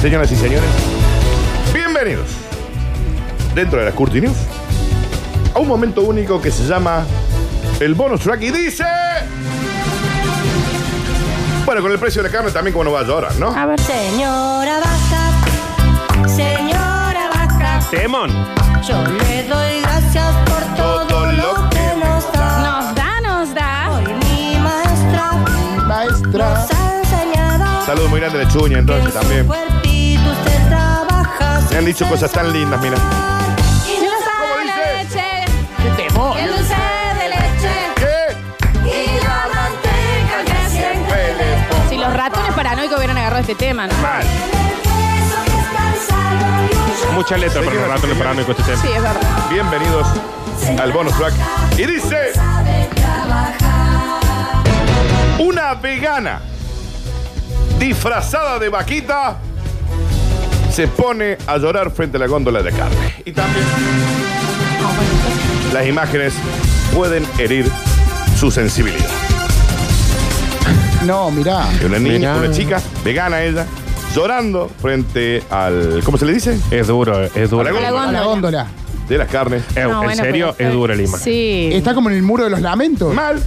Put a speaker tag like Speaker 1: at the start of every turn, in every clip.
Speaker 1: Señoras y señores, bienvenidos dentro de las Curti News a un momento único que se llama el bonus track y dice. Bueno, con el precio de la carne también, como no va a llorar, ¿no?
Speaker 2: A ver, señora Vaca, señora Vaca,
Speaker 3: Temón.
Speaker 2: yo le doy gracias por todo, lo que nos da.
Speaker 4: Nos da, nos da.
Speaker 2: Hoy mi maestra
Speaker 5: Maestra.
Speaker 2: nos ha enseñado
Speaker 1: Saludos muy grande a la chuña,
Speaker 2: que en
Speaker 1: entonces
Speaker 2: su
Speaker 1: también.
Speaker 2: cuerpito usted trabaja.
Speaker 1: Me han dicho cosas tan lindas, mira.
Speaker 2: Y nos
Speaker 1: ¿Cómo
Speaker 2: habla
Speaker 1: dice?
Speaker 2: de leche,
Speaker 5: ¡Qué temor!
Speaker 2: el dulce de leche
Speaker 1: ¿Qué?
Speaker 2: y la manteca que siempre le pongo.
Speaker 4: Si los ratones paranoicos hubieran agarrado este tema, ¿no?
Speaker 1: Mal.
Speaker 2: Eso que es tan salvo y un yo-
Speaker 3: Mucha letra para
Speaker 1: Señoras
Speaker 3: los
Speaker 1: y
Speaker 3: ratones
Speaker 1: señores.
Speaker 3: paranoicos este tema.
Speaker 4: Sí, es verdad.
Speaker 1: Bienvenidos al bonus track. Y dice. Una vegana disfrazada de vaquita se pone a llorar frente a la góndola de carne. Y también las imágenes pueden herir su sensibilidad.
Speaker 5: No, mirá.
Speaker 1: Una niña,
Speaker 3: Mirá.
Speaker 1: una chica, vegana ella, llorando frente al. ¿cómo se le dice?
Speaker 3: Es duro, es duro.
Speaker 1: Hola,
Speaker 3: Eh,
Speaker 4: La
Speaker 1: góndola.
Speaker 5: A
Speaker 4: góndola.
Speaker 5: la góndola.
Speaker 1: De las carnes.
Speaker 3: en
Speaker 4: No, bueno,
Speaker 3: serio,
Speaker 4: pero- eh,
Speaker 3: es dura la imagen.
Speaker 4: Sí.
Speaker 5: Está como en el muro de los lamentos.
Speaker 1: Mal.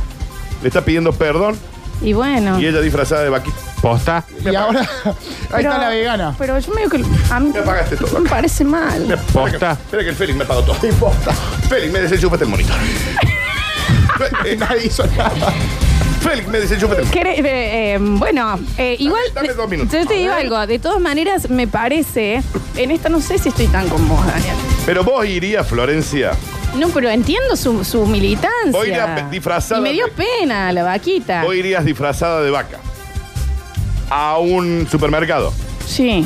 Speaker 1: Le está pidiendo perdón
Speaker 4: Y bueno.
Speaker 1: y ella disfrazada de vaquita.
Speaker 3: Posta.
Speaker 5: Y ahora, ahí
Speaker 4: Pero-
Speaker 5: está la vegana.
Speaker 4: Pero yo medio que. A mí
Speaker 1: Me apagaste todo.
Speaker 4: Me parece mal.
Speaker 3: Posta.
Speaker 1: Espera que el Félix me apagó todo. Félix, me desenchúpate el monitor. Eh,
Speaker 5: Nadie hizo nada.
Speaker 1: Félix, me desenchúpate el monitor.
Speaker 4: Quere- eh, eh, bueno, eh, igual.
Speaker 1: dame dos minutos.
Speaker 4: Yo te digo algo. De todas maneras, me parece. En esta no sé si estoy tan con vos, Daniel.
Speaker 1: Pero vos irías, Florencia.
Speaker 4: No, pero entiendo su, su militancia.
Speaker 1: Voy a ir a pe- disfrazada
Speaker 4: Y me dio
Speaker 1: de-
Speaker 4: pena la vaquita.
Speaker 1: Vos irías disfrazada de vaca. A un supermercado.
Speaker 4: Sí.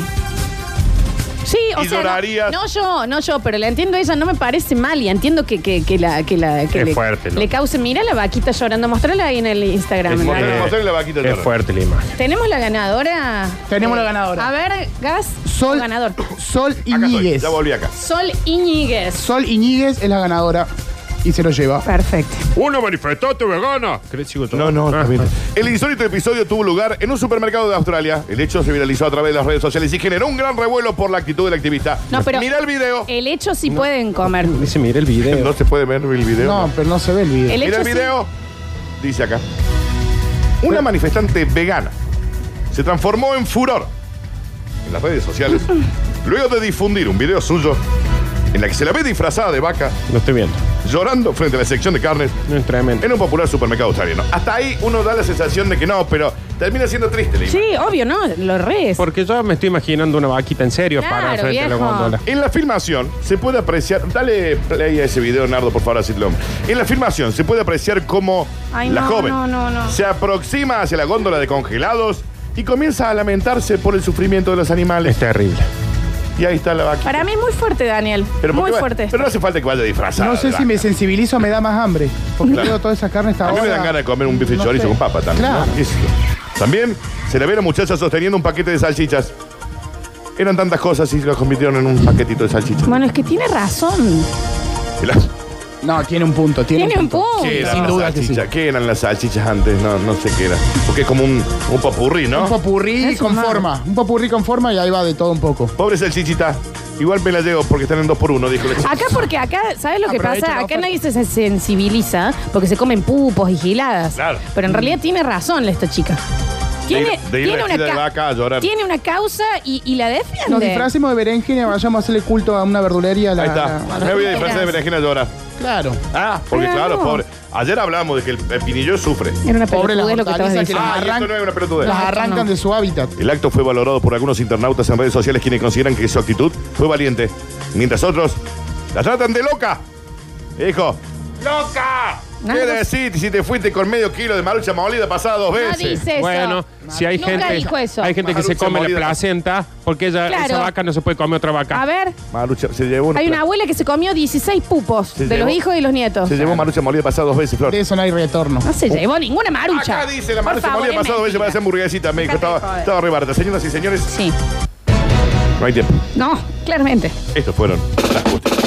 Speaker 4: Sí, o
Speaker 1: Y
Speaker 4: sea, no-
Speaker 1: llorarías.
Speaker 4: No, yo, no yo, pero la entiendo a ella, no me parece mal y entiendo que, que, que la que la que
Speaker 3: Es
Speaker 4: le,
Speaker 3: fuerte, ¿no?
Speaker 4: le cause, mira la vaquita llorando, mostrala ahí en el Instagram.
Speaker 3: Es
Speaker 4: ¿no?
Speaker 1: Mostrale,
Speaker 3: Eh,
Speaker 1: mostrale la vaquita
Speaker 3: Es
Speaker 1: llorando.
Speaker 3: fuerte la imagen.
Speaker 4: Tenemos la ganadora. Eh,
Speaker 5: Tenemos la ganadora.
Speaker 4: A ver, Gas,
Speaker 5: Sol,
Speaker 4: o ganador.
Speaker 5: Sol
Speaker 1: Acá estoy,
Speaker 5: Iñiguez.
Speaker 1: ya volví acá.
Speaker 4: Sol Iñiguez.
Speaker 5: Sol Iñiguez es la ganadora y se lo lleva.
Speaker 4: Perfecto.
Speaker 3: Uno manifestante vegano. ¿Querés sigo todo?
Speaker 1: No, no,
Speaker 3: Ah,
Speaker 1: también.
Speaker 3: ah.
Speaker 1: El insólito episodio tuvo lugar en un supermercado de Australia. El hecho se viralizó a través de las redes sociales y generó un gran revuelo por la actitud del activista.
Speaker 4: No, pero- eh,
Speaker 1: Mira el video.
Speaker 4: El hecho sí pueden comer.
Speaker 3: Dice, mira el video.
Speaker 1: No se puede ver el video.
Speaker 5: No, pero no se ve el video.
Speaker 4: El
Speaker 1: Mira
Speaker 4: hecho
Speaker 1: el
Speaker 4: sí-
Speaker 1: video. Dice acá. Una manifestante vegana se transformó en furor en las redes sociales luego de difundir un video suyo en la que se la ve disfrazada de vaca
Speaker 3: No estoy viendo.
Speaker 1: llorando frente a la sección de carnes
Speaker 3: No es tremendo.
Speaker 1: en un popular supermercado australiano. Hasta ahí uno da la sensación de que no, pero termina siendo triste. la
Speaker 4: Sí, obvio, ¿no? Lo res.
Speaker 3: Porque yo me estoy imaginando una vaquita en serio
Speaker 4: Claro,
Speaker 3: para frente a la
Speaker 4: viejo.
Speaker 3: góndola.
Speaker 1: En la filmación se puede apreciar. Dale play a ese video, Nardo, por favor, así te lo- En la filmación se puede apreciar cómo
Speaker 4: Ay,
Speaker 1: la
Speaker 4: no,
Speaker 1: joven
Speaker 4: no, no, no.
Speaker 1: se aproxima hacia la góndola de congelados y comienza a lamentarse por el sufrimiento de los animales.
Speaker 3: Es terrible.
Speaker 1: Y ahí está la vaca.
Speaker 4: Para mí es muy fuerte, Daniel.
Speaker 1: Pero ¿por
Speaker 4: muy
Speaker 1: qué va-
Speaker 4: fuerte.
Speaker 1: Pero no hace falta que vaya disfrazada.
Speaker 5: No sé
Speaker 1: de
Speaker 5: si me
Speaker 1: vaca.
Speaker 5: sensibilizo me da más hambre. Porque
Speaker 1: Claro.
Speaker 5: veo toda esa carne hasta
Speaker 1: A mí
Speaker 5: ahora.
Speaker 1: me dan ganas de comer un bife
Speaker 5: No
Speaker 1: chorizo
Speaker 5: sé.
Speaker 1: con papa también. ¿no?
Speaker 5: Claro.
Speaker 1: ¿Qué sé yo? También se le ve a la muchacha sosteniendo un paquete de salchichas. Eran tantas cosas y las convirtieron en un paquetito de salchichas.
Speaker 4: Bueno, es que tiene razón.
Speaker 5: No, tiene un punto. Tiene,
Speaker 4: Tiene un punto.
Speaker 1: ¿Qué eran
Speaker 5: Sin
Speaker 1: las
Speaker 5: duda que sí.
Speaker 1: salchichas? ¿Qué eran las salchichas antes? No, no sé qué era. Porque es como un, un popurrí,
Speaker 5: Un
Speaker 1: ¿no?
Speaker 5: popurrí
Speaker 4: Eso
Speaker 5: con
Speaker 4: mal.
Speaker 5: forma. Un popurrí con forma y ahí va de todo un poco.
Speaker 1: Pobre salchichita. Igual me la llevo porque están en dos por uno, dijo la chica.
Speaker 4: Acá porque acá, ¿sabes lo que
Speaker 5: Aprovecha
Speaker 4: pasa?
Speaker 5: la
Speaker 4: Acá
Speaker 5: oferta.
Speaker 4: nadie se sensibiliza porque se comen pupos y giladas.
Speaker 1: Claro.
Speaker 4: Pero en realidad tiene razón esta chica.
Speaker 1: De
Speaker 4: Tiene,
Speaker 1: ir- de ir
Speaker 4: tiene, una,
Speaker 1: vestida de
Speaker 4: ca-
Speaker 1: vaca a llorar.
Speaker 4: tiene una causa y, y la defiende.
Speaker 5: Nos disfracemos de berenjena y vayamos a hacerle culto a una verdulería. a la-
Speaker 1: Ahí
Speaker 5: a
Speaker 1: está.
Speaker 5: la-
Speaker 1: Me voy a disfrazar de berenjena a llorar.
Speaker 5: Claro.
Speaker 1: Ah, porque
Speaker 4: Pero
Speaker 1: claro,
Speaker 4: no.
Speaker 1: pobre. Ayer hablamos de que el el pinillo sufre.
Speaker 4: Era una
Speaker 5: Pobre la
Speaker 4: pelotudez lo que estabas
Speaker 5: hortaliza que
Speaker 4: diciendo.
Speaker 1: Ah,
Speaker 5: la-
Speaker 1: y
Speaker 5: arranca-
Speaker 1: esto no es una pelotudez.
Speaker 5: Las
Speaker 4: esto
Speaker 5: arrancan
Speaker 4: no.
Speaker 5: de su hábitat.
Speaker 1: El acto fue valorado por algunos internautas en redes sociales quienes consideran que su actitud fue valiente, mientras otros la tratan de loca. Hijo, ¡loca!
Speaker 4: No,
Speaker 1: ¿Qué
Speaker 4: no-
Speaker 1: decís si te fuiste con medio kilo de marucha molida pasada dos
Speaker 4: No
Speaker 1: veces?
Speaker 4: Ah, dice eso.
Speaker 3: Bueno, si hay
Speaker 4: Nunca
Speaker 3: gente,
Speaker 4: dijo eso.
Speaker 3: hay gente que se
Speaker 1: Marucha
Speaker 3: come la
Speaker 1: molida.
Speaker 3: placenta, porque ella,
Speaker 4: Claro.
Speaker 3: esa vaca no se puede comer otra vaca.
Speaker 4: A ver,
Speaker 1: Marucha, se llevó
Speaker 4: hay una abuela que se comió 16 pupos
Speaker 1: Se
Speaker 4: de
Speaker 1: llevó-
Speaker 4: los hijos y los nietos.
Speaker 1: Se llevó marucha molida pasada dos veces, Flor.
Speaker 5: De eso no hay retorno.
Speaker 4: No se llevó ninguna marucha.
Speaker 1: Acá dice la
Speaker 4: Por
Speaker 1: marucha
Speaker 4: favor,
Speaker 1: molida
Speaker 4: es
Speaker 1: pasada dos veces
Speaker 4: mentira.
Speaker 1: para hacer hamburguesita, me dijo.
Speaker 4: Déjate de
Speaker 1: Estaba,
Speaker 4: joder.
Speaker 1: estaba re barata. Señoras y señores,
Speaker 4: Sí.
Speaker 1: no hay tiempo.
Speaker 4: No, claramente.
Speaker 1: Estos fueron las justas.